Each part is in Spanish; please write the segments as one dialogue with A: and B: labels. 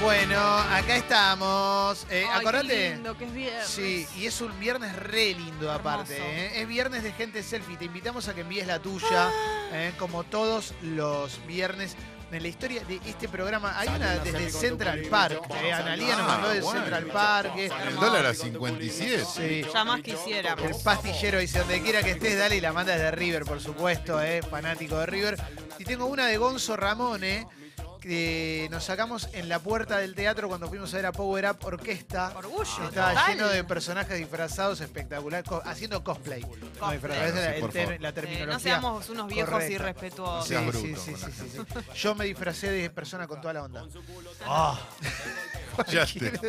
A: Bueno, acá estamos. Eh,
B: Ay,
A: acordate.
B: Qué lindo que es viernes.
A: Sí, y es un viernes re lindo aparte.
B: Hermoso.
A: ¿eh? Es viernes de gente selfie. Te invitamos a que envíes la tuya,
B: Ah.
A: ¿eh? como todos los viernes. En la historia de este programa hay una desde Central Park. eh, Analía nos mandó de
C: Ah, bueno.
A: Central Park. eh,
C: El dólar a 57.
A: Sí.
B: Ya más quisiéramos.
A: El pastillero dice, donde quiera que estés, dale y la manda desde River, por supuesto, eh, fanático de River. Y tengo una de Gonzo Ramone, que nos sacamos en la puerta del teatro cuando fuimos a ver a Power Up Orquesta.
B: Orgullo.
A: Estaba
B: total. Eh,
A: lleno de personajes disfrazados espectacular, co- haciendo cosplay. No, disfrazados,
C: Sí,
A: esa era
C: por
A: el ter-
C: favor.
A: la
B: Eh,
A: terminología.
B: no seamos unos viejos
A: correcta.
C: No
B: irrespetuosos.
C: seas
A: Sí,
C: bruto
A: sí, sí,
C: con
A: sí,
C: la
A: sí, sí. Yo me disfracé de persona con toda la onda.
C: Ah. Fallaste.
A: Sí,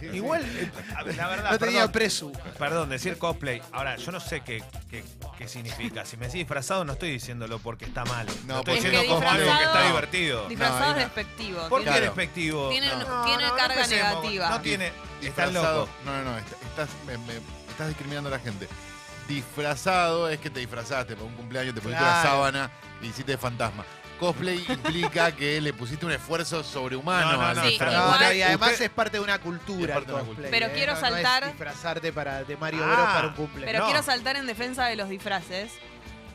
A: sí.
D: Igual, eh, la verdad,
A: No tenía
D: perdón,
A: presu.
D: perdón, decir cosplay. Ahora, yo no sé qué, qué- qué significa. Si me decís disfrazado, no estoy diciéndolo porque está mal.
C: No,
D: No,
C: porque
D: estoy diciendo
B: es que
D: como algo que está
B: disfrazado-
D: divertido.
B: Disfrazados
C: No, y no.
B: despectivos.
D: ¿Por qué
B: tienen-
C: Claro.
D: despectivo?
B: Tienen,
C: No,
B: tienen carga
D: empecemos.
B: negativa.
D: No tiene. Estás
C: Disfrazado-
D: loco.
C: No, no, no. est- Estás, me- me- estás discriminando a la gente. Disfrazado es que te disfrazaste para un cumpleaños, te pusiste la
A: Claro.
C: sábana y hiciste de fantasma. Cosplay implica que le pusiste un esfuerzo sobrehumano
D: No, no,
C: al
D: no,
B: Sí,
C: disfraz.
B: igual-
A: No, no, y además
D: Usted-
A: es parte de una cultura el
C: Es parte de una
A: cosplay.
C: cultura.
B: Pero
A: ¿eh?
B: quiero
A: No-
B: saltar-
A: No es disfrazarte para, de Mario
D: Ah,
A: Bros para un cumpleaños.
B: Pero
D: No.
B: quiero saltar en defensa de los disfraces.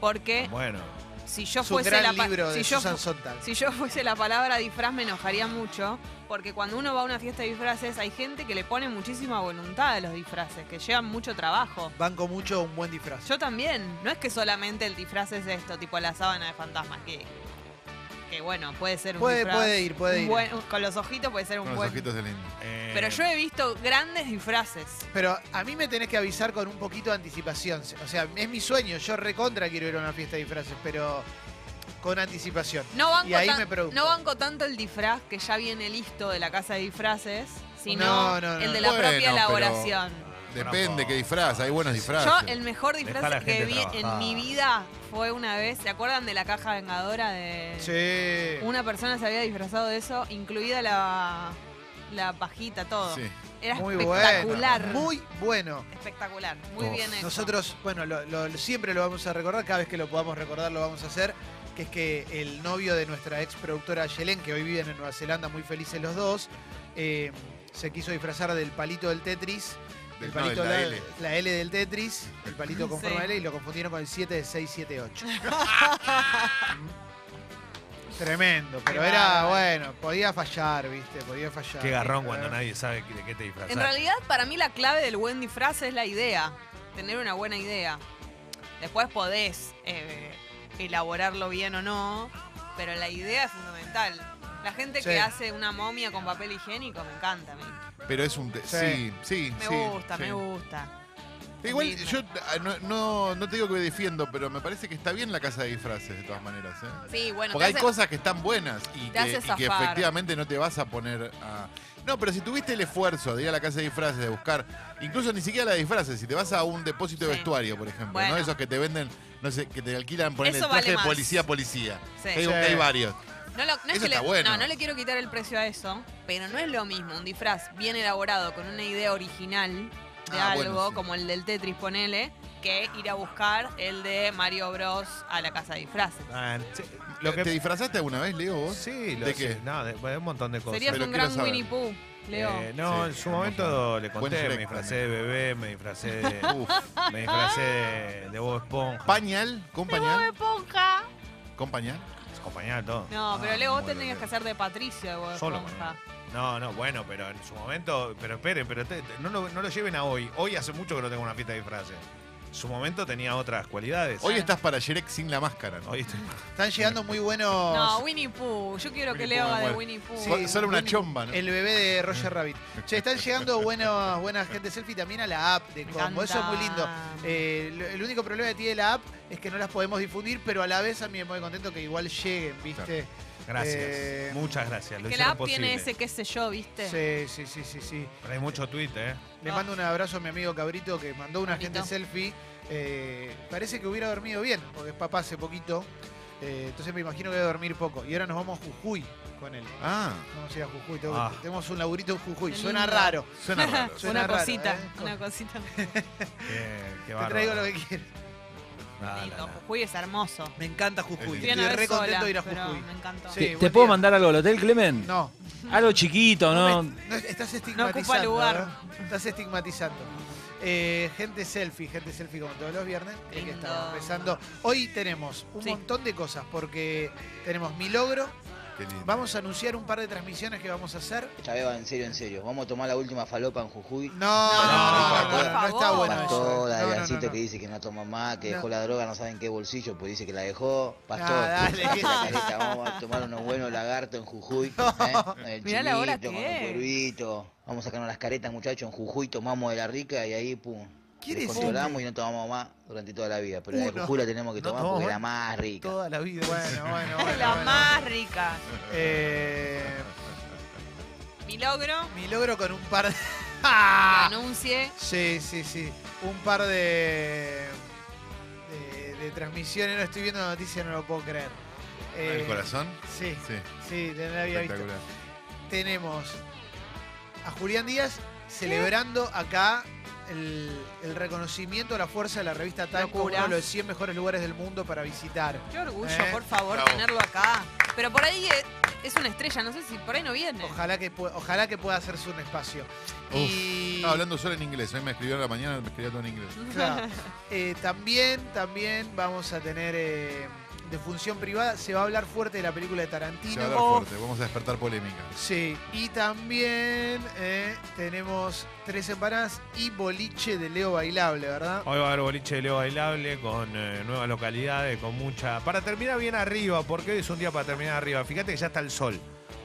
B: Porque
D: Bueno.
B: si yo
A: es un
B: fuese
A: gran
B: la pa-
A: libro de
B: si yo
A: Susan
B: fu-
A: Sontag.
B: Si yo fuese la palabra disfraz me enojaría mucho, porque cuando uno va a una fiesta de disfraces hay gente que le pone muchísima voluntad a los disfraces, que llevan mucho trabajo.
A: Banco mucho un buen disfraz.
B: Yo también, no es que solamente el disfraz es esto, tipo la sábana de fantasma, que, que bueno, puede ser un
A: puede,
B: disfraz.
A: puede ir, puede
B: un
A: ir.
B: buen- con los ojitos puede ser un
C: Con los
B: buen...
C: ojitos de lindo.
D: eh,
B: Pero yo he visto grandes disfraces.
A: Pero a mí me tenés que avisar con un poquito de anticipación. O sea, es mi sueño. Yo recontra quiero ir a una fiesta de disfraces, pero con anticipación.
B: No banco,
A: Y ahí
B: tan-
A: me produjo.
B: no banco tanto el disfraz que ya viene listo de la casa de disfraces, sino
A: No, no, no.
B: el de la
C: Bueno,
B: propia
C: pero-
B: elaboración.
C: Depende qué disfraz, hay buenos disfraces.
B: Yo el mejor
D: Dejá a la
B: disfraz que
D: gente
B: vi
D: trabajar.
B: en mi vida fue una vez, ¿se acuerdan de la caja vengadora de
A: Sí.
B: una persona se había disfrazado de eso, incluida la la pajita, todo.
C: Sí.
B: Era
A: Muy
B: espectacular.
A: bueno. Muy bueno.
B: espectacular, muy
D: Uf.
B: bien hecho.
A: Nosotros, bueno, lo- lo- siempre lo vamos a recordar, cada vez que lo podamos recordar lo vamos a hacer, que es que el novio de nuestra ex productora Yelén, que hoy viven en Nueva Zelanda muy felices los dos, eh, se quiso disfrazar del palito del Tetris, el
C: Del- no,
A: palito
C: de la
A: la,
C: L.
A: la L del Tetris, el palito con
B: Sí.
A: forma de L y lo confundieron con el 7 de 678. Tremendo, pero
B: Qué
A: era
B: bárbaro.
A: bueno, podía fallar, viste, podía fallar. Eh,
D: Qué garrón
A: Pero-
D: cuando nadie sabe de qué te disfrazás.
B: en realidad, para mí la clave del buen disfraz es la idea, tener una buena idea. Después podés eh, elaborarlo bien o no, pero la idea es fundamental. La gente
A: Sí.
B: que hace una momia con papel higiénico me encanta a mí.
C: Pero es un. te-
A: Sí.
C: Sí, sí,
B: Me
C: sí,
B: gusta,
C: sí.
B: me gusta.
C: Igual
B: Lindo.
C: yo ah, no, no, no te digo que me defiendo, pero me parece que está bien la casa de disfraces de todas maneras. ¿eh?
B: Sí, bueno,
C: Porque hay
B: te hace-
C: cosas que están buenas y
B: te
C: que,
B: hace
C: y que
B: zafar.
C: efectivamente no te vas a poner a... No, pero si tuviste el esfuerzo de ir a la casa de disfraces, de buscar, incluso ni siquiera la de disfraces, si te vas a un depósito de
B: Sí.
C: vestuario, por ejemplo,
B: Bueno.
C: ¿no? Esos que te venden, no sé, que te alquilan poner el
B: Eso
C: traje
B: vale
C: de
B: más.
C: policía a policía.
B: Sí.
C: Que Hay, que hay varios.
B: No, lo- no es
C: Eso
B: que le,
C: está bueno.
B: no, no le quiero quitar el precio a eso, pero no es lo mismo un disfraz bien elaborado con una idea original de
C: Ah,
B: algo,
C: bueno, sí.
B: como el del Tetris, ponele, que ir a buscar el de Mario Bros a la casa de disfraces.
D: Ah, sí, lo
C: ¿Te
D: que,
C: disfrazaste alguna vez, Leo, vos?
D: sí, lo
C: ¿De
D: sé.
C: qué?
D: No, de, bueno, de un montón de cosas.
B: Serías
C: pero
B: un
C: quiero
B: gran
C: saber.
B: Winnie Pooh, Leo.
D: Eh, no,
C: Sí,
D: en su
C: hermoso.
D: momento le
C: Buen
D: conté, me
C: Shrek
D: disfracé de bebé, me disfracé de,
C: Uf.
D: me disfracé de, de Bob Esponja.
C: ¿Pañal? ¿Con pañal?
B: Esponja.
C: ¿Con pañal?
D: Acompañaba todo.
B: No, pero
C: Ah,
B: Leo, vos
C: bueno,
B: tenías que
C: Leo.
B: hacer de Patricio de Bob
D: Solo.
B: Esponja.
D: No, no, bueno, pero en su momento. Pero esperen, pero te- te- no, lo, no lo lleven a hoy. Hoy hace mucho que no tengo una fiesta de disfraces. Su momento tenía otras cualidades.
C: Hoy estás para Shrek sin la máscara, ¿no?
D: Hoy estoy.
A: Están llegando muy buenos
B: No, Winnie Pooh. Yo quiero que
C: Winnie
B: Leo
C: Pooh,
B: haga de
C: bueno.
B: Winnie Pooh.
A: Sí.
C: Solo una
A: Winnie-
C: chomba, ¿no?
A: El bebé de Roger Rabbit. Che, están llegando buenas, buenas gente selfie también a la app de
B: Me
A: Combo. Eso es muy lindo.
B: encanta.
A: Eh, lo- el único problema que tiene la app es que no las podemos difundir, pero a la vez a mí me pone contento que igual lleguen, ¿viste?
D: Gracias.
A: Eh,
D: Muchas gracias. Lo
B: que la
D: hicieron
B: app tiene
D: posible.
B: ese qué sé yo, ¿viste?
A: Sí, sí, sí, sí, sí.
D: Pero hay mucho tweet, ¿eh?
A: Le
B: Ah.
A: mando un abrazo a mi amigo Cabrito que mandó una
B: Cabrito.
A: gente selfie. Eh, parece que hubiera dormido bien, porque es papá hace poquito. Eh, entonces me imagino que va a dormir poco. Y ahora nos vamos a Jujuy con él.
C: Ah,
A: Vamos a ir a Jujuy. tengo que-
D: Ah.
A: Tenemos un laburito en Jujuy.
B: Qué
A: Suena
B: lindo.
A: raro.
C: suena raro.
A: Suena
B: una
A: raro,
B: cosita,
A: ¿eh?
B: una cosita.
D: Qué, qué
A: Te
D: bárbaro.
A: traigo lo que quieras.
D: No,
B: Lindo,
D: no, no.
B: Jujuy es hermoso.
A: Me encanta Jujuy.
C: Es
A: Estoy
C: lindo.
B: Fui una
A: re
B: vez
A: contento
B: sola,
A: de ir a
B: pero
A: Jujuy.
B: Me encantó.
A: Sí.
E: ¿Te,
A: buen
E: te puedo
A: día.
E: mandar algo al hotel, Clemen?
A: No,
E: Algo chiquito, ¿no?
A: No, estás
B: No
A: estigmatizando.
B: ocupa lugar.
A: ¿eh? Estás estigmatizando. Eh, gente selfie, gente selfie como todos los viernes. Creo que
B: Lindo.
A: estamos empezando. Hoy tenemos un
B: Sí.
A: montón de cosas porque tenemos mi logro.
C: Qué lindo.
A: Vamos a anunciar un par de transmisiones que vamos a hacer.
F: Ya veo, en serio, en serio. Vamos a tomar la última falopa en Jujuy.
A: No, no, no, no,
B: por
A: no, no está
B: favor.
A: bueno eso.
F: Pastora,
A: No, no, no,
F: Adriancito
A: no.
F: que dice que no toma más, que
A: No.
F: dejó la droga, no saben qué bolsillo, pues dice que la dejó. Pastor,
A: Ah, dale.
F: la careta, vamos a tomar unos buenos lagartos en Jujuy. ¿eh? Con El
B: Mirá la hora
F: chilito,
B: que
F: con el
B: es.
F: cuervito. Vamos a sacarnos las caretas, muchachos, en Jujuy, tomamos de la rica y ahí, pum.
A: ¿Quién es este?
F: Descontrolamos y no tomamos más durante toda la vida. Pero la de
A: Uno.
F: Jujuy la tenemos que
D: No
F: tomar
D: tomamos
F: porque es
D: más.
F: la más rica.
A: Toda la vida. Bueno, bueno,
B: Es
A: bueno.
B: la
A: bueno.
B: más rica.
A: Eh,
B: Mi logro,
A: mi logro con un par de. Ah.
B: anuncie.
A: Sí, sí, sí. Un par de, de, de transmisiones. No estoy viendo la noticia, no lo puedo creer. Eh,
C: ¿El corazón?
A: Sí,
C: Sí,
A: sí, no la había visto.
C: espectacular.
A: Tenemos a Julián Díaz celebrando acá el, el reconocimiento a la fuerza de la revista Time como
B: Locura.
A: uno de los 100 mejores lugares del mundo para visitar.
B: Qué orgullo,
A: Eh,
B: por favor,
C: bravo.
B: tenerlo acá. Pero por ahí eh, es una estrella, no sé si por ahí no viene.
A: Ojalá que, pu- ojalá que pueda hacerse un espacio.
C: Uf,
A: Y-
C: Estaba hablando solo en inglés. Hoy me escribió en la mañana, me escribió todo en inglés.
A: Claro. Eh, también, también vamos a tener eh, de función privada. Se va a hablar fuerte de la película de
C: Se va a
A: Tarantino.
C: hablar fuerte, vamos a despertar polémica.
A: Sí, y también eh, tenemos tres empanadas y boliche de Leo Bailable, ¿verdad?
C: Oh,
D: Hoy va a haber boliche de Leo Bailable con eh, nuevas localidades, con mucha. Para terminar bien arriba, porque hoy es un día para terminar arriba. Fíjate que ya está el sol.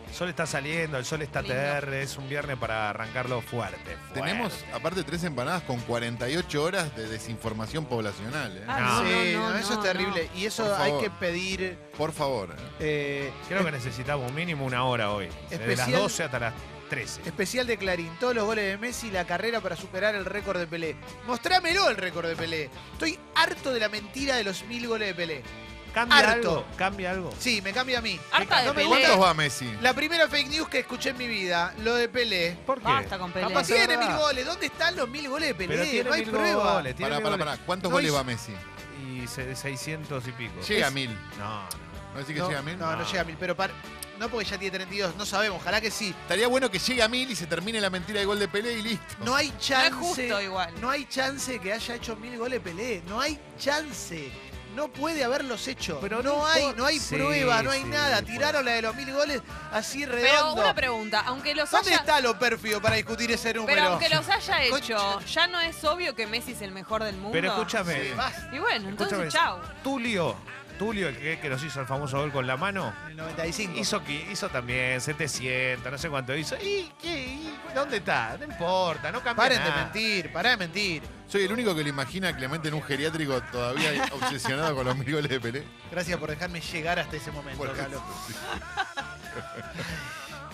D: El sol está saliendo, el sol está
B: Lindo.
D: TR, es un viernes para arrancarlo fuerte. fuerte.
C: Tenemos, aparte, tres empanadas con 48 horas de desinformación poblacional. ¿eh?
B: Ah,
D: No.
A: sí,
B: no, no,
A: no, eso
B: no,
A: es terrible. Y eso
C: Por
A: hay
C: favor.
A: que pedir.
C: Por favor. ¿eh?
A: eh,
D: Creo que necesitamos mínimo una hora hoy. De las
A: Especial-
D: 12 hasta las 13.
A: Especial de Clarín, todos los goles de Messi y la carrera para superar el récord de Pelé. Mostrámelo el récord de Pelé. Estoy harto de la mentira de los mil goles de Pelé.
D: ¿Cambia
A: harto.
D: algo? ¿Cambia algo?
A: Sí, me cambia a mí.
B: Harta de
A: No me
B: Pelé.
A: gusta-
C: ¿Cuántos va Messi?
A: La primera fake news que escuché en mi vida, lo de Pelé.
D: ¿Por qué?
B: Basta con Pelé.
D: Capaz es
A: Tiene
D: verdad.
A: mil goles. ¿Dónde están los mil goles de Pelé?
D: Pero tiene
A: no hay
D: mil
A: prueba.
D: goles, tiene
C: Pará,
D: mil
C: pará,
D: goles.
C: pará. ¿Cuántos
A: No
C: goles
A: hizo-
C: va Mesí?
D: Y se- 600 y pico.
C: Llega a
A: Es-
C: mil.
D: No, no.
C: ¿No decís que
A: No,
C: llega a mil?
A: no, no
D: No.
A: llega a mil. Pero par- no porque ya tiene 32, no sabemos. Ojalá que sí.
C: Estaría bueno que llegue a mil y se termine la mentira del gol de Pelé y listo.
A: No hay
B: No
A: chance.
B: es justo igual.
A: No hay chance de que haya hecho mil goles Pelé. No hay chance. No puede haberlos hecho.
D: Pero
A: no,
D: no
A: hay,
D: importa.
A: no hay
D: Sí,
A: prueba, no hay
D: sí,
A: nada.
D: puede.
A: Tiraron la de los mil goles así
B: Pero
A: redondo.
B: una pregunta, aunque los
A: ¿Dónde
B: haya,
A: está lo pérfido para discutir ese número?
B: pero aunque los haya hecho,
A: Concha.
B: ya no es obvio que Messi es el mejor del mundo.
D: Pero escúchame.
A: Sí, basta.
B: Y bueno, entonces
D: Escúchame,
B: chau.
D: Tulio, Tulio, el que, que nos hizo el famoso gol con la mano,
A: En el 95.
D: hizo, qui- hizo también 700, no sé cuánto hizo. ¿Y qué? ¿Y ¿Dónde está? No importa, no cambia
A: Paren de
D: nada.
A: mentir, pará de mentir.
C: Soy el único que le imagina a Clemente en un geriátrico todavía obsesionado con los mil goles de Pelé.
A: Gracias por dejarme llegar hasta ese momento,
C: Por-
A: Galo.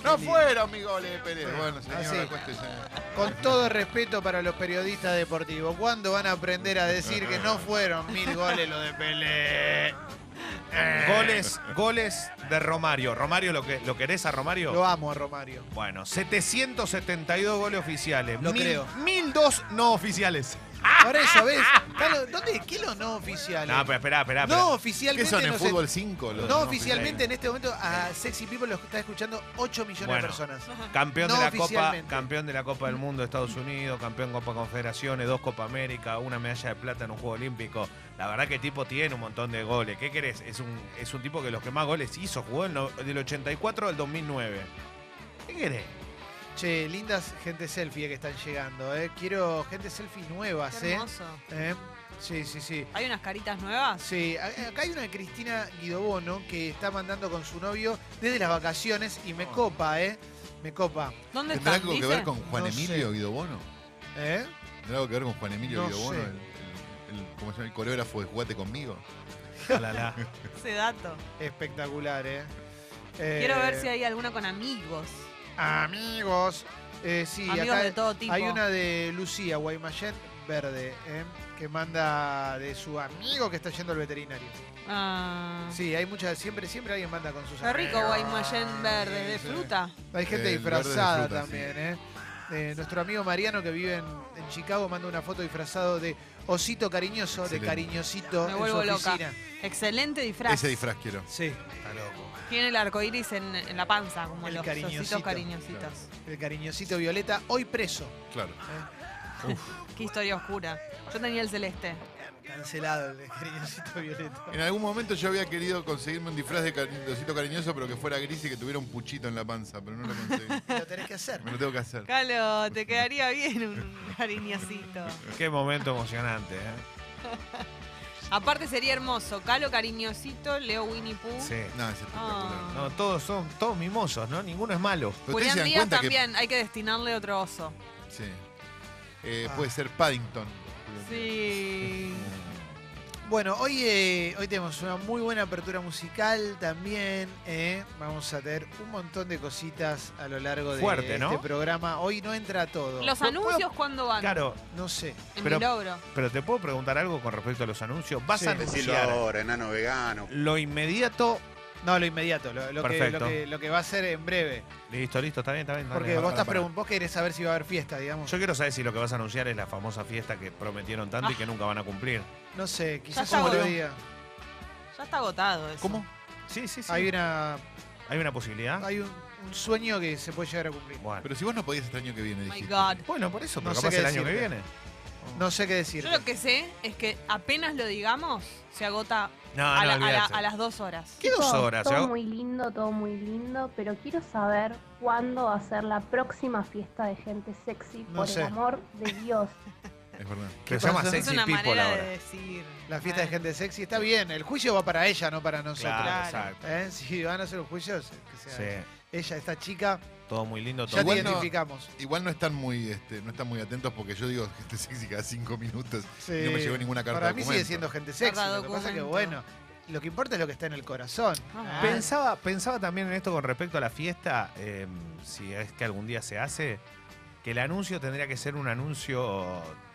C: No fueron mis goles de Pelé. Bueno, señor,
A: Ah, sí.
C: acuéstese.
A: Con todo respeto para los periodistas deportivos, ¿cuándo van a aprender a decir que no fueron mil goles los de Pelé?
D: Eh. Goles, goles de Romario. Romario, ¿lo, que, ¿lo querés a Romario?
A: Lo amo a Romario.
D: bueno, 772 goles oficiales.
A: Lo
D: Mil-
A: creo.
D: 1002 no oficiales.
A: Por eso, ¿ves? Carlos, ¿Dónde? ¿Qué los no oficiales?
D: No, pero esperá, esperá.
A: No,
D: esperá.
A: oficialmente.
C: ¿Qué son en
A: no se-
C: fútbol 5?
A: No, oficialmente en este momento a Sexy People los está escuchando 8 millones de
D: Bueno.
A: personas.
D: Campeón
A: No
D: de la Copa,
A: oficialmente.
D: campeón de la Copa del Mundo de Estados Unidos, campeón Copa Confederaciones, dos Copa América, una medalla de plata en un Juego Olímpico. La verdad que el tipo tiene un montón de goles. ¿Qué querés? Es un, es un tipo que los que más goles hizo, jugó en lo- del 84 al 2009. ¿Qué querés?
A: Che, lindas gente selfie que están llegando, ¿eh? Quiero gente selfie nuevas,
B: Qué
A: ¿eh?
B: hermoso.
A: ¿Eh? Sí, sí, sí.
B: Hay unas caritas nuevas.
A: Sí, a- acá hay una de Cristina Guidobono que está mandando con su novio desde las vacaciones y me copa, ¿eh? Me copa.
B: ¿Dónde
C: ¿Tendrá
B: están?
C: algo que
B: dice?
C: ver con Juan
A: No
C: Emilio Guidobono?
A: ¿Eh?
C: ¿Tendrá algo que ver con Juan Emilio
A: No
C: Guidobono?
A: sé.
C: El, el- el- ¿Cómo se llama? El coreógrafo de Jugate conmigo.
D: Ojalá.
B: Ese dato.
A: Espectacular, ¿eh? Eh,
B: Quiero ver si hay alguna con amigos.
A: Amigos. Eh, sí,
B: amigos
A: acá
B: de todo tipo.
A: hay una de Lucía Guaymallén Verde, ¿eh? que manda de su amigo que está yendo al veterinario.
B: Ah.
A: Sí, hay muchas, siempre, siempre alguien manda con sus
B: Qué rico
A: amigos.
B: Guaymallén verde, de
C: Sí.
B: fruta.
D: Eh,
A: Hay gente
C: El verde
A: disfrazada
C: disfruta,
A: también, ¿eh? Eh, nuestro amigo Mariano que vive en, en Chicago manda una foto disfrazado de osito cariñoso,
C: Excelente.
A: de cariñosito
B: Me
A: en su
B: vuelvo loca.
A: oficina.
B: Excelente disfraz.
C: Ese disfraz quiero.
A: Sí,
D: Está loco.
B: Tiene el arco iris en, en la panza, como
A: El
B: los
A: cariñosito.
B: ositos cariñositos.
A: el cariñosito violeta, hoy preso.
C: Claro.
B: Qué historia oscura. Yo tenía el celeste.
A: Cancelado el cariñosito violeta.
C: En algún momento yo había querido conseguirme un disfraz de cariñosito cariñoso, pero que fuera gris y que tuviera un puchito en la panza, pero no lo conseguí.
A: Lo tenés que hacer.
C: Me lo tengo que hacer.
B: Calo, te quedaría bien un cariñosito.
D: Qué momento emocionante, ¿eh?
B: Aparte sería hermoso. Calo, cariñosito, Leo Winnie
A: ¿Eh?
B: Pooh.
D: Sí.
C: No, es espectacular.
B: Ah.
D: No, todos son todos mimosos, ¿no? Ninguno es malo.
C: Pero ustedes
B: Julián
C: se dan
B: Díaz
C: cuenta que.
B: también, hay que destinarle otro oso.
C: Sí. Eh,
A: Ah.
C: Puede ser Paddington.
B: Sí.
A: Bueno, hoy, eh, hoy tenemos una muy buena apertura musical también. eh. Vamos a tener un montón de cositas a lo largo de
D: Fuerte,
A: este
D: ¿no?
A: programa. Hoy no entra todo.
B: ¿Los
A: ¿Puedo- puedo-
B: anuncios cuándo van?
D: Claro,
A: No sé.
B: En
D: pero-
B: mi logro.
D: pero te puedo preguntar algo con respecto a los anuncios. ¿Vas
A: Sí.
D: a
E: Decilo
D: anunciar
E: ahora, enano vegano.
D: lo inmediato?
A: No, lo inmediato, lo, lo que, lo,
D: Perfecto.
A: que, lo que va a ser en breve.
D: Listo, listo, está bien, está bien. dale,
A: Porque
D: dale,
A: vos,
D: dale,
A: estás
D: dale.
A: pregun- vos querés saber si va a haber fiesta, digamos.
D: Yo quiero saber si lo que vas a anunciar es la famosa fiesta que prometieron tanto y que nunca van a cumplir.
A: No sé, quizás
B: está
A: otro
B: bueno.
A: día.
B: Ya está agotado eso.
D: ¿Cómo? Sí, sí, sí.
A: Hay, una,
D: ¿Hay una
C: Ah.
D: posibilidad.
A: hay un, un sueño que se puede llegar a cumplir.
D: Bueno.
C: Pero si vos no podías este año que viene,
B: My
C: dijiste.
B: God.
D: Bueno, por eso,
A: No sé
D: pero capaz
A: qué
D: el año que
A: decirte.
D: viene.
A: No sé qué decir.
B: Yo lo que sé es que apenas lo digamos, se agota
D: No,
B: a, la- a la-
D: olvídate.
B: a las dos horas.
D: ¿Qué dos
G: Chicos,
D: horas?
G: Todo
D: Hago-
G: muy lindo, todo muy lindo, pero quiero saber cuándo va a ser la próxima fiesta de gente sexy,
A: No
G: por
A: sé.
G: el amor de Dios.
C: Es verdad.
D: Pero se llama
A: pasa?
B: Es
D: Sexy
B: una
D: People
B: manera
D: ahora.
B: de decir.
A: La fiesta de
B: Bueno.
A: gente sexy está bien. El juicio va para ella, no para nosotros.
D: Claro,
B: Claro.
D: exacto.
A: ¿Eh? Si van a hacer un juicio, se- que sea
D: Sí.
A: ella, esta chica,
D: Todo muy lindo,
A: ya
D: todo
A: te
C: Igual
D: muy
C: no-
A: identificamos.
C: Igual no están muy, este, no están muy atentos porque yo digo gente sexy cada cinco minutos.
A: Sí.
C: no me llegó ninguna carta
A: Para
C: de
A: mí
C: documento.
A: sigue siendo gente sexy.
B: Carta de
A: Lo que pasa es que, bueno,
B: documento.
A: lo que importa es lo que está en el corazón.
B: Ajá.
A: ¿eh?
D: Pensaba, pensaba también en esto con respecto a la fiesta, eh, si es que algún día se hace, que el anuncio tendría que ser un anuncio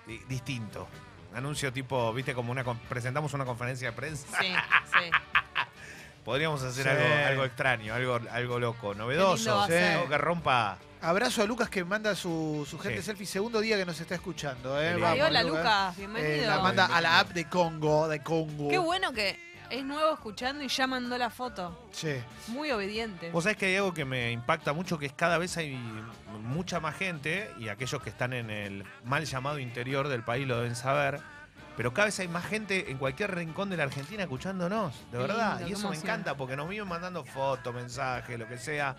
D: di- distinto. Anuncio tipo, viste, como una con- presentamos una conferencia de prensa.
B: Sí, sí.
D: Podríamos hacer
A: Sí.
D: algo, algo extraño, algo, algo loco,
B: lindo va
D: novedoso,
B: a
A: Sí. ser.
D: algo que rompa.
A: Abrazo a Lucas que manda su, su gente
D: Sí.
A: selfie segundo día que nos está escuchando. ¿eh?
D: Qué lindo.
A: Vamos,
B: Ay, hola
A: Lucas.
B: Lucas,
A: Eh,
B: bienvenido.
A: la manda a la app de Congo, de Congo.
B: Qué bueno que es nuevo escuchando y ya mandó la foto.
A: Sí.
B: Muy obediente.
D: Vos sabés que hay algo que me impacta mucho, que es cada vez hay mucha más gente, y aquellos que están en el mal llamado interior del país lo deben saber, pero cada vez hay más gente en cualquier rincón de la Argentina escuchándonos, de
B: Qué
D: verdad.
B: lindo,
D: y
B: qué
D: eso me
B: emoción.
D: encanta, porque nos viven mandando fotos, mensajes, lo que sea.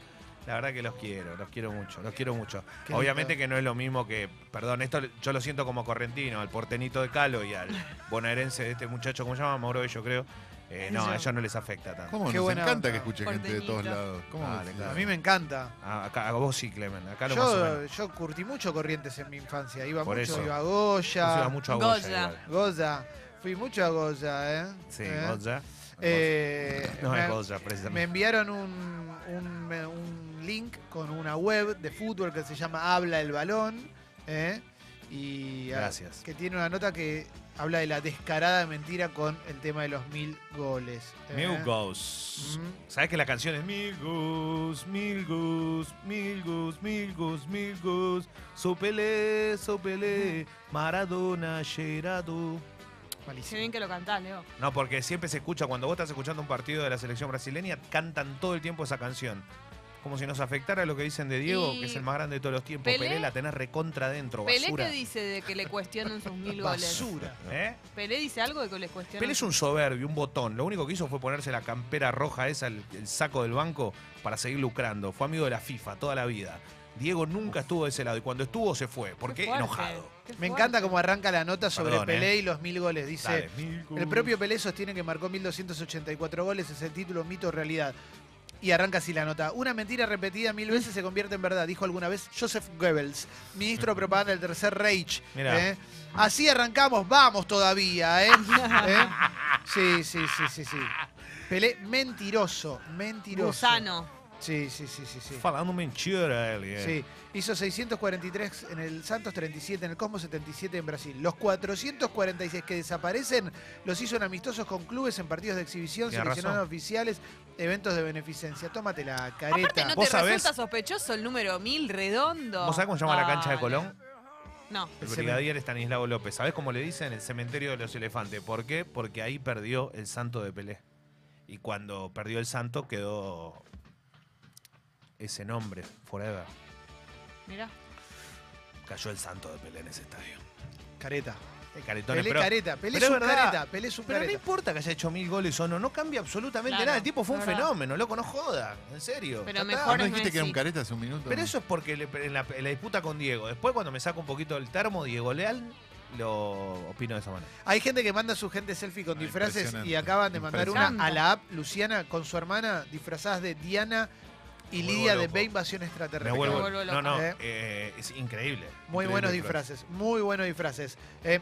D: La verdad que los quiero, los quiero mucho, los quiero mucho.
A: Qué
D: Obviamente
A: lindo.
D: que no es lo mismo que, perdón, esto yo lo siento como correntino, al portenito de Calo y al bonaerense de este muchacho, ¿cómo se llama? Mauro Bello, creo. Eh, no,
B: Bello.
D: a ellos no les afecta tanto.
C: ¿Cómo?
A: Qué
C: Nos
A: buena
C: encanta
A: onda.
C: que escuche gente de
B: Porteñito.
C: todos lados. ¿Cómo?
D: Dale,
C: Sí.
D: claro.
A: A mí me encanta.
D: Ah, acá, a vos sí, Clemen. Acá lo más o
A: Yo,
D: menos.
A: yo curtí mucho corrientes en mi infancia. Iba
D: Por
A: mucho,
D: eso.
A: iba a
D: Vos ibas
A: Goya.
D: mucho a
B: Goya.
D: Goya. igual.
A: Goya. Fui mucho a Goya, ¿eh?
D: Sí,
A: ¿Eh?
D: Goya.
A: Eh,
D: No
A: me,
D: es Goya,
A: me
D: precisamente.
A: enviaron un, un- me- un link con una web de fútbol que se llama Habla el Balón. ¿eh? Y ah,
D: Gracias.
A: que tiene una nota que habla de la descarada mentira con el tema de los mil goles. ¿eh?
D: Mil Goals.
A: Mm.
D: ¿Sabes que la canción es Mil Goals, Mil Goals, Mil Goals, Mil Goals, Mil Goals? Sopelé, Sopelé, Maradona, Gerardo.
B: Qué
A: Malísimo.
B: bien que lo cantás, Leo.
D: No, porque siempre se escucha, cuando vos estás escuchando un partido de la selección brasileña, cantan todo el tiempo esa canción. Como si nos afectara lo que dicen de Diego,
B: Y
D: que es el más grande de todos los tiempos.
B: Pelé-
D: Pelé, la tenés recontra dentro,
B: Pelé
D: basura.
B: que dice de que le cuestionan sus mil goles.
A: Basura.
D: ¿Eh?
B: Pelé dice algo de que le cuestionan.
D: Pelé es un soberbio, un botón. Lo único que hizo fue ponerse la campera roja esa, el, el saco del banco, para seguir lucrando. Fue amigo de la FIFA toda la vida. Diego nunca estuvo de ese lado y cuando estuvo se fue. ¿Por qué?
B: fuerte,
D: Enojado.
B: qué
A: Me
B: fuerte.
A: encanta cómo arranca la nota sobre
D: Perdón, ¿eh?
A: Pelé y los mil goles. Dice,
D: Dale.
A: el propio Pelé sostiene que marcó 1284 goles, es el título mito o realidad. Y arranca así la nota. Una mentira repetida mil veces se convierte en verdad, dijo alguna vez Joseph Goebbels, ministro de propaganda del Tercer Reich.
D: Mirá.
A: ¿Eh? Así arrancamos, vamos todavía. ¿eh? ¿Eh? Sí, sí, sí, sí, sí. Pelé mentiroso, mentiroso.
B: Gusano.
A: Sí, sí, sí, sí. sí.
D: Falando mentira, él. eh.
A: Sí, hizo 643 en el Santos, 37 en el Cosmos, 77 en Brasil. Los 446 que desaparecen los hizo en amistosos con clubes en partidos de exhibición,
D: Tiene razón.
A: seleccionados oficiales, eventos de beneficencia. Tómate la
B: Aparte,
A: careta.
B: ¿no te
D: ¿Vos sabés?
B: resulta sospechoso el número 1000 redondo?
D: ¿Vos sabés cómo se llama la cancha de
B: Dale.
D: Colón?
B: No.
D: El
A: El
D: brigadier Estanislao López. ¿Sabés cómo le dicen? El cementerio de los elefantes. ¿Por qué? Porque ahí perdió el santo de Pelé. Y cuando perdió el santo quedó ese nombre, Forever.
B: Mirá.
D: Cayó el santo de Pelé en ese estadio.
A: Careta.
D: El caretón
A: Pelé
D: pero,
A: careta. Pelé
D: pero
A: es
D: es
A: un
D: verdad.
A: careta. Pelé es un
D: pero no
A: careta.
D: importa que haya hecho mil goles o no, no cambia absolutamente
B: Claro,
D: nada. El tipo fue un
B: es verdad.
D: fenómeno, loco, no joda, en serio.
B: Pero
D: Ya está.
B: mejor
C: Ah, ¿No
B: Ahora es
C: dijiste que era un
B: Messi.
C: careta hace un minuto?
D: Pero eso es porque le- en, la, en la disputa con Diego. Después, cuando me saco un poquito del termo, Diego Leal lo opino de esa manera.
A: Hay gente que manda su gente selfie con
C: Ah,
A: disfraces y
C: impresionante,
A: acaban de mandar una
B: impresionante.
A: a la app Luciana con su hermana disfrazadas de Diana y
D: Me
A: Lidia
D: vuelvo
A: de
D: loco.
A: B Invasión
D: Me
A: Extraterrestre.
D: vuelvo.
B: vuelvo
D: no, no,
A: loca.
D: eh, es increíble.
A: Muy
D: Increíble
A: buenos
D: el
A: disfraces, muy buenos disfraces. Eh,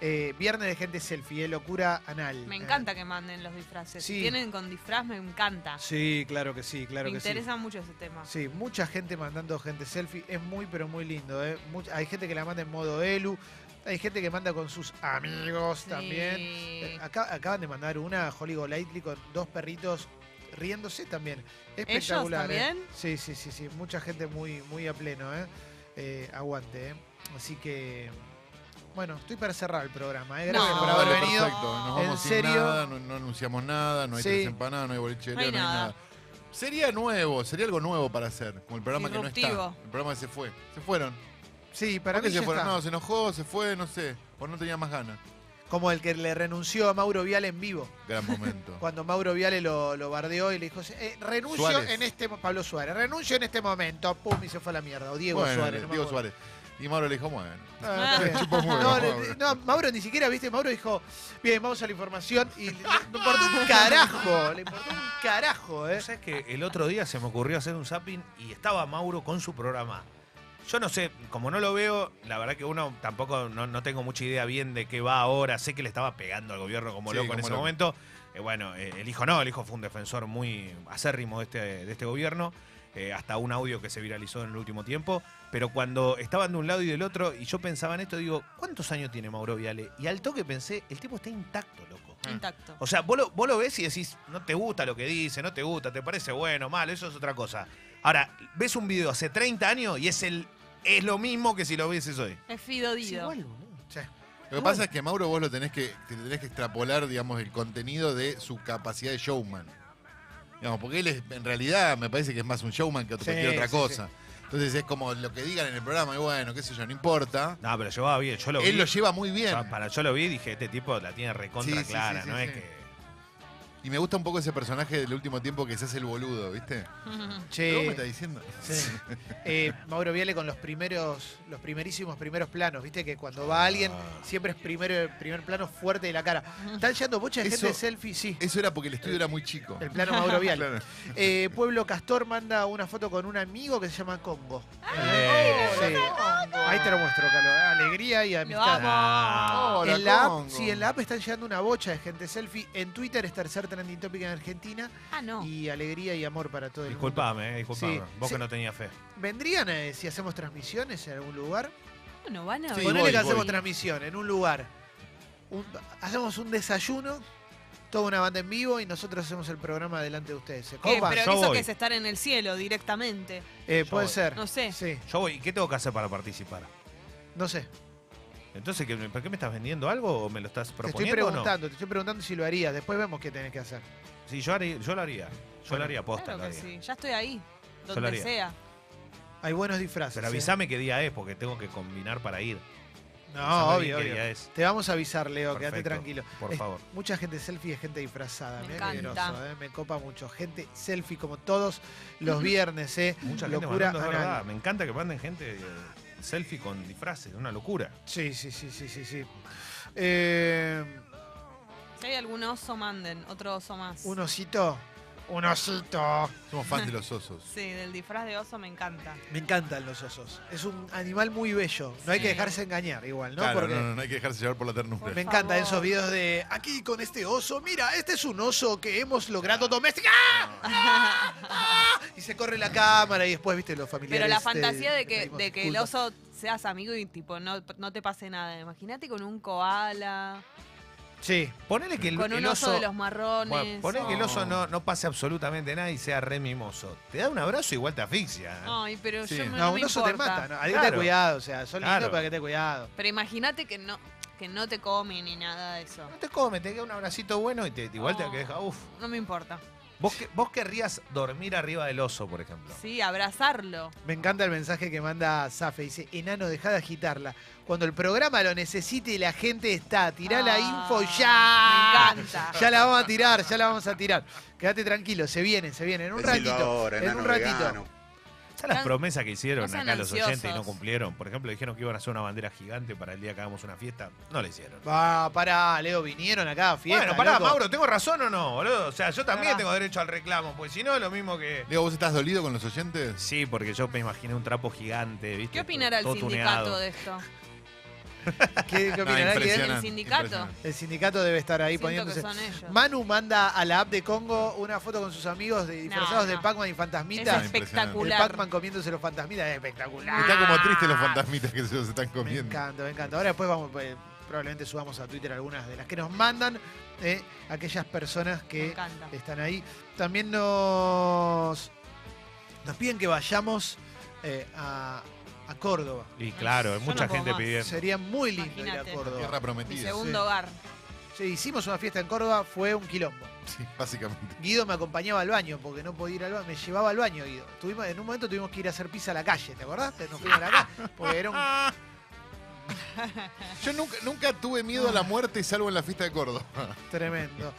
A: eh, viernes de gente selfie, eh, locura anal.
B: Me
A: Eh,
B: encanta que manden los disfraces.
A: Sí.
B: Si tienen con disfraz, me encanta.
A: Sí, claro que sí, claro que
B: me interesa mucho ese tema.
A: sí. Sí, mucha gente mandando gente selfie, es muy pero muy lindo. eh. Much- hay gente que la manda en modo Elu, hay gente que manda con sus amigos
B: Sí.
A: también. Eh,
D: ah,
A: acá- acaban de mandar una Holly Golightly con dos perritos riéndose también. Espectacular. eh.
B: también?
A: Sí, sí, sí, sí. Mucha gente muy, muy a pleno, ¿eh? Eh, aguante, ¿eh? Así que. Bueno, estoy para cerrar el programa, ¿eh? Gracias
B: No,
A: por
C: Bueno,
A: haber
C: dale,
A: venido.
C: Perfecto. Nos
A: En
C: vamos sin
A: serio.
C: nada, no, no anunciamos nada, no hay
A: Sí.
C: tres empanadas, no hay boliche, no hay nada. Sería nuevo, sería algo nuevo para hacer, como el programa que no
B: Disruptivo.
C: está. El programa que se fue. Se fueron.
A: Sí, para
C: ¿Por
A: mí
C: qué se
A: ya
C: fueron?
A: está.
C: No, se enojó, se fue, no sé. O no tenía más ganas.
A: Como el que le renunció a Mauro Viale en vivo.
C: Gran momento.
A: Cuando Mauro Viale lo, lo bardeó y le dijo, eh, renuncio
C: Suárez.
A: en este mo- Pablo Suárez, renuncio en este momento. Pum, y se fue a la mierda. O Diego
C: Bueno,
A: Suárez. no me
C: Diego
A: acuerdo.
C: Suárez. Y Mauro le dijo, bueno.
A: Ah, está
C: Le
A: bien.
C: chupó un huevo,
A: No,
C: Mauro.
A: le- no, Mauro ni siquiera, viste, Mauro dijo, bien, vamos a la información y le, le importó un carajo, le importó un carajo, ¿eh?
D: ¿Sabes que el otro día se me ocurrió hacer un zapping y estaba Mauro con su programa? Yo no sé, como no lo veo, la verdad que uno tampoco no, no tengo mucha idea bien de qué va ahora. Sé que le estaba pegando al gobierno como
C: Sí,
D: loco en
C: como
D: ese
C: loco.
D: momento. Eh, bueno, eh, el hijo no, el hijo fue un defensor muy acérrimo de este, de este gobierno. eh, hasta un audio que se viralizó en el último tiempo. Pero cuando estaban de un lado y del otro, y yo pensaba en esto, digo, ¿cuántos años tiene Mauro Viale? Y al toque pensé, el tipo está intacto, loco.
B: Intacto.
D: O sea, vos lo, vos lo ves y decís, no te gusta lo que dice, no te gusta, te parece bueno, malo, eso es otra cosa. Ahora, ves un video hace 30 años y es el es lo mismo que si lo vieses hoy.
B: Es Fido Dido.
C: Lo que pasa es que Mauro vos lo tenés que, te tenés que extrapolar, digamos, el contenido de su capacidad de showman. Digamos, porque él es, en realidad me parece que es más un showman que otro-
A: Sí,
C: cualquier otra
A: sí,
C: cosa. Entonces es como lo que digan en el programa, y bueno, qué sé yo, no importa.
D: No, pero llevaba bien, yo lo vi.
C: él lo lleva muy bien.
D: yo- para yo lo vi y dije, este tipo la tiene
C: Sí,
D: recontra
C: sí, sí,
D: clara,
C: sí,
D: no
C: sí.
D: es que.
C: Y me gusta un poco ese personaje del último tiempo que se hace el boludo, ¿viste?
A: Che,
C: ¿Cómo me está diciendo?
A: sí. Eh, Mauro Viale con los primeros, los primerísimos primeros planos, viste que cuando va alguien siempre es primero, primer plano fuerte de la cara. Están yendo mucha gente
C: Eso-
A: de selfie, sí.
C: Eso era porque el estudio era muy chico.
A: El plano Mauro Viale.
C: Claro.
A: Eh, Pueblo Castor manda una foto con un amigo que se llama Congo.
D: Eh,
A: Sí.
C: Ah,
A: Ahí te lo muestro, Calo. Alegría y amistad.
B: amo.
D: ah,
C: Hola,
A: en la app,
C: Congo.
A: sí, en la app están llegando una bocha de gente selfie. En Twitter es tercer trending topic en Argentina.
B: Ah, no.
A: Y alegría y amor para todo el mundo.
D: Disculpame, eh, disculpame.
A: Sí,
D: Vos
A: sí.
D: que no tenías fe.
A: ¿Vendrían eh, si hacemos transmisiones en algún lugar?
B: Bueno, van a
C: Sí,
B: ver.
A: Ponele
C: voy,
A: que hacemos
C: voy.
A: transmisión en un lugar. Un- hacemos un desayuno, toda una banda en vivo y nosotros hacemos el programa delante de ustedes. ¿Se
B: Eh,
A: copan?
B: pero
D: Yo
B: eso
D: voy.
B: que es estar en el cielo directamente.
A: Eh,
D: Yo
A: puede
D: voy.
A: ser.
B: No sé.
A: Sí,
D: Yo voy, ¿y qué tengo que hacer para participar?
A: no sé.
D: Entonces, ¿qué, ¿por qué me estás vendiendo algo o me lo estás
A: Te estoy
D: proponiendo o no?
A: preguntando, te estoy preguntando si lo harías. Después vemos qué tenés que hacer.
D: Sí, yo, haría- yo lo haría. Yo lo haría posta,
B: Claro
D: lo
B: que
D: haría.
B: sí. Ya estoy ahí.
D: lo
B: Donde
D: haría.
B: sea.
A: Hay buenos disfraces.
D: Pero
A: ¿eh?
D: avísame qué día es, porque tengo que combinar para ir.
A: No,
D: Avísame bien
A: obvio,
D: qué
A: obvio.
D: día es.
A: Te vamos a avisar, Leo, quédate
D: Perfecto,
A: tranquilo.
D: Por
A: Es-
D: favor.
A: Mucha gente selfie es gente disfrazada.
B: Me
A: Mirá qué
B: encanta.
A: groso, ¿eh? Me copa mucho. Gente selfie como todos los viernes, ¿eh?
D: Mucha gente
A: locura
D: mandando, es
A: anal.
D: verdad. Me encanta que manden gente eh, selfie con disfraces, una locura.
A: Sí, sí, sí, sí, sí, sí. Eh,
B: Si hay algún oso, manden. Otro oso más.
A: un osito. Un osito.
C: Somos fans de los osos.
B: Sí, del disfraz de oso me encanta.
A: Me encantan los osos. Es un animal muy bello. No hay que
B: Sí.
A: dejarse engañar igual, ¿no?
C: Claro,
A: Porque
C: no, no, no hay que dejarse llevar por la ternura.
A: me
B: Por
A: encantan
B: favor.
A: esos videos de aquí con
B: Ah.
A: este oso. Mira, este es un oso que hemos logrado domesticar. Y se corre la cámara y después, viste, los familiares.
B: Pero la
A: te-
B: fantasía de
A: te
B: que,
A: este, pedimos
B: de que el
A: disculpas.
B: oso seas amigo y tipo no, no te pase nada. Imagínate con un koala,
A: Sí.
D: Ponele que el,
B: con
D: el
B: un oso,
D: oso.
B: de los marrones.
D: bueno, ponele que el oso
C: No.
D: no, no pase absolutamente nada y sea re mimoso. Te da un abrazo igual te asfixia. ¿eh?
B: Ay, pero
C: Sí.
B: yo no,
C: No,
A: No,
B: no me
A: un oso te
B: importa.
A: mata. ¿no? Hay que tener
D: Claro.
A: cuidado, o sea, son lindos,
D: Claro.
A: pero hay que tener cuidado.
B: Pero imagínate que no, que no te come ni nada de eso.
D: No te come, te queda un abracito bueno y te, igual
B: No.
D: te deja. Uf.
B: No me importa.
D: ¿Vos, que- vos querrías dormir arriba del oso, por ejemplo.
B: Sí, abrazarlo.
A: Me encanta el mensaje que manda Safe. Dice, enano, deja de agitarla. Cuando el programa lo necesite y la gente está, tirá la
B: Ah,
A: info ya.
B: Me encanta.
A: Ya la vamos a tirar, ya la vamos a tirar. Quédate tranquilo, se viene, se viene. En un
E: Decilo
A: ratito.
E: ahora,
A: en un
E: enano
A: ratito.
E: vegano.
D: ¿Sabes las
B: Tan-
D: promesas que hicieron
B: no sean
D: acá los oyentes y no
B: ansiosos.
D: cumplieron? Por ejemplo, dijeron que iban a hacer una bandera gigante para el día que hagamos una fiesta. No la hicieron.
A: Va, pará, Leo, vinieron acá a fiesta.
D: bueno, pará,
A: loco.
D: Mauro, ¿tengo razón o no, boludo? O sea, yo también
B: Pará.
D: tengo derecho al reclamo, pues si no es lo mismo que.
C: Leo, ¿vos estás dolido con los oyentes?
D: Sí, porque yo me imaginé un trapo gigante, ¿viste?
B: ¿Qué opinará el
D: Todo
B: sindicato
D: tuneado.
B: de esto?
A: ¿Qué, qué
C: No,
A: opinará? ¿Qué-
C: impresionante,
B: ¿El sindicato?
C: impresionante.
A: El sindicato debe estar ahí
B: Siento que
A: poniéndose.
B: son ellos.
A: Manu manda a la app de Congo una foto con sus amigos de- disfrazados de
B: no.
A: Pac-Man y
B: es
A: Fantasmitas.
C: impresionante.
A: El
B: espectacular.
A: Pac-Man comiéndose los fantasmitas es espectacular.
C: Está como triste los fantasmitas que se los están
A: Me
C: comiendo.
A: encanta, me encanta. Ahora después vamos, eh, probablemente subamos a Twitter algunas de las que nos mandan eh, aquellas personas
B: Me
A: que
B: encanta.
A: están ahí. También nos, nos piden que vayamos eh, a, a Córdoba.
D: Y claro,
B: Yo no
D: mucha
B: puedo
D: gente
B: más.
D: pidiendo.
A: Sería muy lindo ir
B: Imagínate.
A: a Córdoba.
C: Tierra
B: Mi
C: prometida.
B: segundo
A: sí.
B: hogar.
A: Sí, hicimos una fiesta en Córdoba, fue un quilombo.
C: Sí, básicamente.
A: Guido me acompañaba al baño porque no podía ir al baño, me llevaba al baño Guido. Tuvimos, en un momento tuvimos que ir a hacer pizza a la calle, ¿te acordás? Nos fuimos a la calle porque era un
C: Yo nunca, nunca tuve miedo a la muerte salvo en la fiesta de Córdoba.
A: tremendo.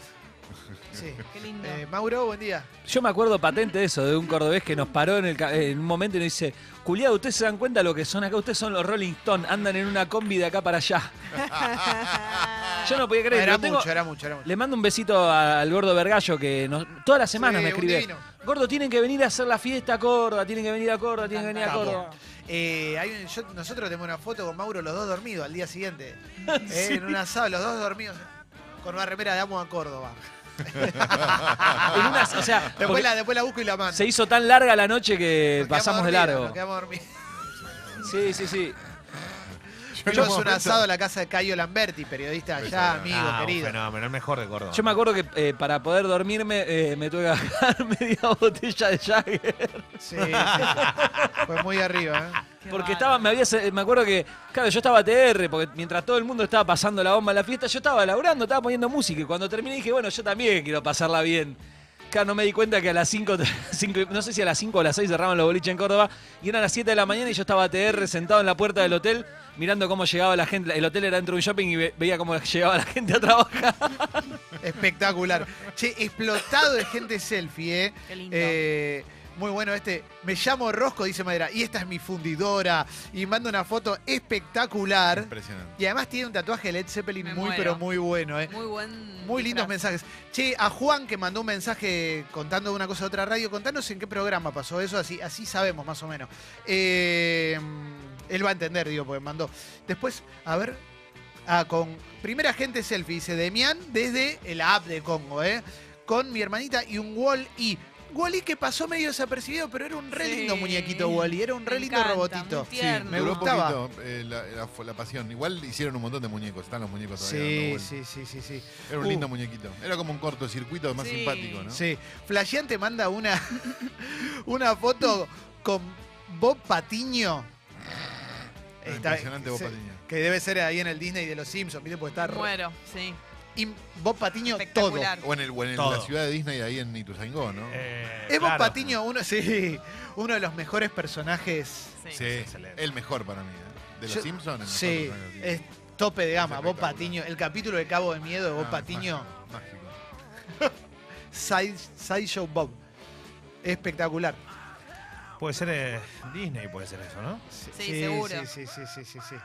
A: Sí.
B: Qué lindo.
A: Eh, Mauro, buen día.
H: Yo me acuerdo patente de eso, de un cordobés que nos paró en, el, ca- en un momento y nos dice, culiado, ¿ustedes se dan cuenta lo que son acá? Ustedes son los Rolling Stones, andan en una combi de acá para allá. Yo no podía creer,
A: Era
H: lo tengo-
A: mucho, era mucho, era mucho.
H: Le mando un besito a- al gordo Vergallo que nos- todas las semanas
A: Sí,
H: me
A: un
H: escribe.
A: divino.
H: Gordo, tienen que venir a hacer la fiesta a Córdoba, tienen que venir a Córdoba, tienen que venir a
A: Capo.
H: Córdoba.
A: Eh, hay un- yo- nosotros tenemos una foto con Mauro, los dos dormidos al día siguiente. Eh, En un asado, los dos dormidos con una remera de Amo a Córdoba.
H: En una- o sea,
A: Después
H: porque
A: la, después la busco y la mando.
H: se hizo tan larga la noche que
A: Nos quedamos
H: pasamos de
A: dormidos,
H: largo.
A: nos quedamos dormidos.
H: Sí, sí, sí.
A: Yo
C: en un
A: hice un
C: momento-
A: asado en la casa de Cayo Lamberti, periodista allá,
C: Impresionante.
A: amigo,
D: Ah, un
A: querido.
D: fenómeno, el mejor de Córdoba.
H: Yo me acuerdo que eh, para poder dormirme eh, me tuve que agarrar media botella de Jagger.
A: Sí, sí, sí. Fue muy arriba, ¿eh?
B: Qué bárbaro.
H: Porque estaba, me había, se- me acuerdo que, claro, yo estaba TR, porque mientras todo el mundo estaba pasando la bomba en la fiesta, yo estaba laburando, estaba poniendo música, y cuando terminé dije, bueno, yo también quiero pasarla bien. Claro, no me di cuenta que a las 5, no sé si a las 5 o las 6 cerraban los boliches en Córdoba, y eran las 7 de la mañana y yo estaba TR sentado en la puerta del hotel, mirando cómo llegaba la gente, el hotel era dentro de un shopping y ve- veía cómo llegaba la gente a trabajar.
A: Espectacular. Che, explotado de gente selfie, ¿eh?
B: Qué lindo.
A: Eh, muy bueno este. Me llamo Rosco, dice Madera, y esta es mi fundidora. Y manda una foto espectacular.
C: Impresionante.
A: Y además tiene un tatuaje de Led Zeppelin
B: Me
A: muy,
B: muero.
A: pero muy bueno, ¿eh?
B: muy buen.
A: Muy lindos
B: disfraz.
A: mensajes. Che, a Juan que mandó un mensaje contando de una cosa a otra radio, contanos en qué programa pasó eso, así, así sabemos más o menos. Eh, él va a entender, digo, porque mandó. Después, a ver, ah, con primera gente selfie, dice Demian desde la app de Congo, ¿eh? Con mi hermanita y un Wall-E. Wall-E que pasó medio desapercibido, pero era un re
B: Sí.
A: lindo muñequito Wall-E, era un re
B: Me
A: lindo
B: encanta,
A: robotito.
B: muy tierno.
A: Me
C: duró
A: gustaba.
C: poquito eh, la, la- la pasión. Igual hicieron un montón de muñecos. Están los muñecos todavía. dando
A: Sí,
C: vueltas.
A: sí, sí, sí, sí.
C: Era un
A: Uh.
C: lindo muñequito. Era como un cortocircuito más
B: Sí.
C: simpático, ¿no?
A: Sí. Flashean te manda una, una foto con Bob Patiño.
C: Era
A: Está-
C: Ah, impresionante Bob
A: sí,
C: Patiño.
A: Que debe ser ahí en el Disney de los Simpsons, ¿viste? Porque está re-
B: Muero, sí.
A: y Bob Patiño todo.
B: Espectacular.
C: O en, el, o en el-
D: Todo.
C: la ciudad de Disney, ahí en Ituzaingó, ¿no?
D: Eh,
A: Es Bob
D: claro.
A: Patiño uno, sí, uno de los mejores personajes.
B: Sí.
C: sí,
D: excelente.
C: el mejor para mí. ¿eh? De los
A: Yo-
C: Simpsons, el mejor
A: Sí, este,
C: personaje de los
A: es
C: Simpsons.
A: tope de gama.
C: Es
A: Bob
C: espectacular.
A: Patiño, el capítulo de Cabo de Miedo de Bob
C: No, es
A: Patiño,
C: Ah, mágico, mágico.
A: Side- Sideshow Bob. Espectacular.
D: Puede ser eh, Disney, puede ser eso, ¿no?
A: Sí,
B: seguro.
A: Sí, sí, sí, sí, sí, sí.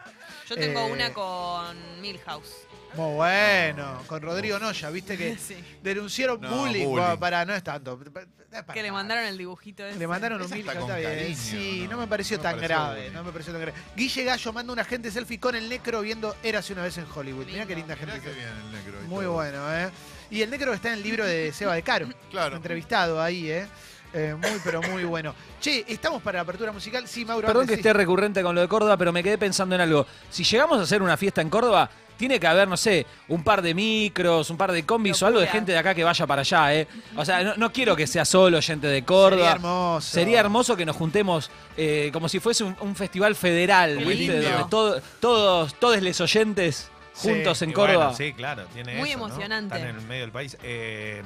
B: Yo tengo
A: Eh,
B: una con Milhouse.
A: Muy bueno, con Rodrigo Noya, viste que
B: Sí.
A: denunciaron
C: No,
A: bullying.
C: bullying.
A: Bueno, para, no es tanto. no es para
B: Que le
A: nada.
B: mandaron el dibujito ese.
A: Le mandaron un
C: Esa
A: mil
C: está con
A: está bien.
C: cariño,
A: Sí, no,
C: no,
A: me pareció
C: no me
A: tan
C: pareció
A: grave.
C: bullying.
A: No me pareció tan grave. Guille Gallo manda una gente selfie con el necro viendo Érase una vez en Hollywood. Mirá qué linda
B: Lindo.
A: gente.
C: Mirá que
A: que-
C: bien el negro. y
A: Muy
C: todo.
A: bueno, ¿eh? Y el necro está en el libro de Seba de Caro.
C: Claro.
A: Entrevistado ahí, ¿eh? Eh, muy, pero muy bueno. Che, ¿estamos para la apertura musical? Sí, Mauro.
H: Perdón que
A: antes
H: esté recurrente con lo de Córdoba, pero me quedé pensando en algo. Si llegamos a hacer una fiesta en Córdoba, tiene que haber, no sé, un par de micros, un par de combis o algo de
B: Locura.
H: gente de acá que vaya para allá, ¿eh? O sea, no, no quiero que sea solo gente de
A: sí.
H: Córdoba.
A: Sería hermoso.
H: Sería hermoso que nos juntemos eh, como si fuese un, un festival federal,
B: Como el
H: ¿viste?
B: indio.
H: Donde todo- todos, todos los oyentes
A: Sí,
H: juntos en
D: Y
H: Córdoba.
D: bueno, sí, claro, tiene
B: Muy
D: eso, ¿no?
B: emocionante.
D: Están en el medio del país. Eh,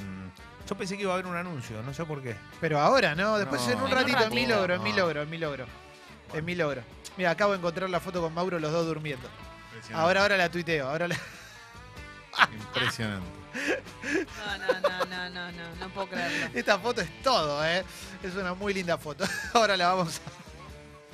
D: yo pensé que iba a haber un anuncio, no sé por qué.
A: Pero ahora, ¿no? Después
C: No.
A: en un
B: En un
A: ratito, en mi
B: ratito.
A: logro, en mi
C: No.
A: logro, en mi logro. En mi logro. Mira, acabo de encontrar la foto con Mauro, los dos durmiendo.
C: Impresionante.
A: Ahora, ahora la tuiteo. Ahora la-
C: Impresionante.
B: No, no, no, no, no, no, no puedo creerlo.
A: Esta foto es todo, ¿eh? Es una muy linda foto. Ahora la vamos a...